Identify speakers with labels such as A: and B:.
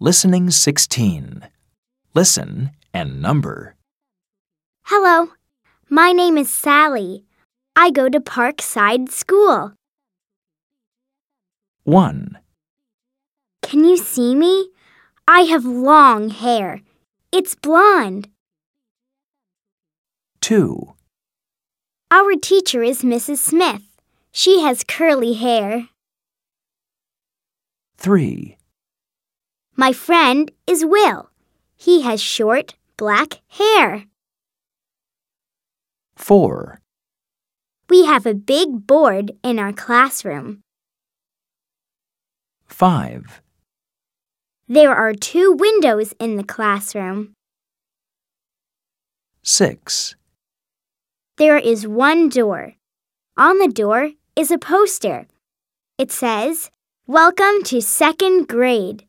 A: Listening 16. Listen and number.
B: Hello, my name is Sally. I go to Parkside School.
A: 1,
B: Can you see me? I have long hair. It's blonde.
A: 2,
B: Our teacher is Mrs. Smith. She has curly hair.
A: 3,
B: My friend is Will. He has short, black hair.
A: 4,
B: We have a big board in our classroom.
A: 5,
B: There are two windows in the classroom.
A: 6,
B: There is one door. On the door is a poster. It says, Welcome to second grade.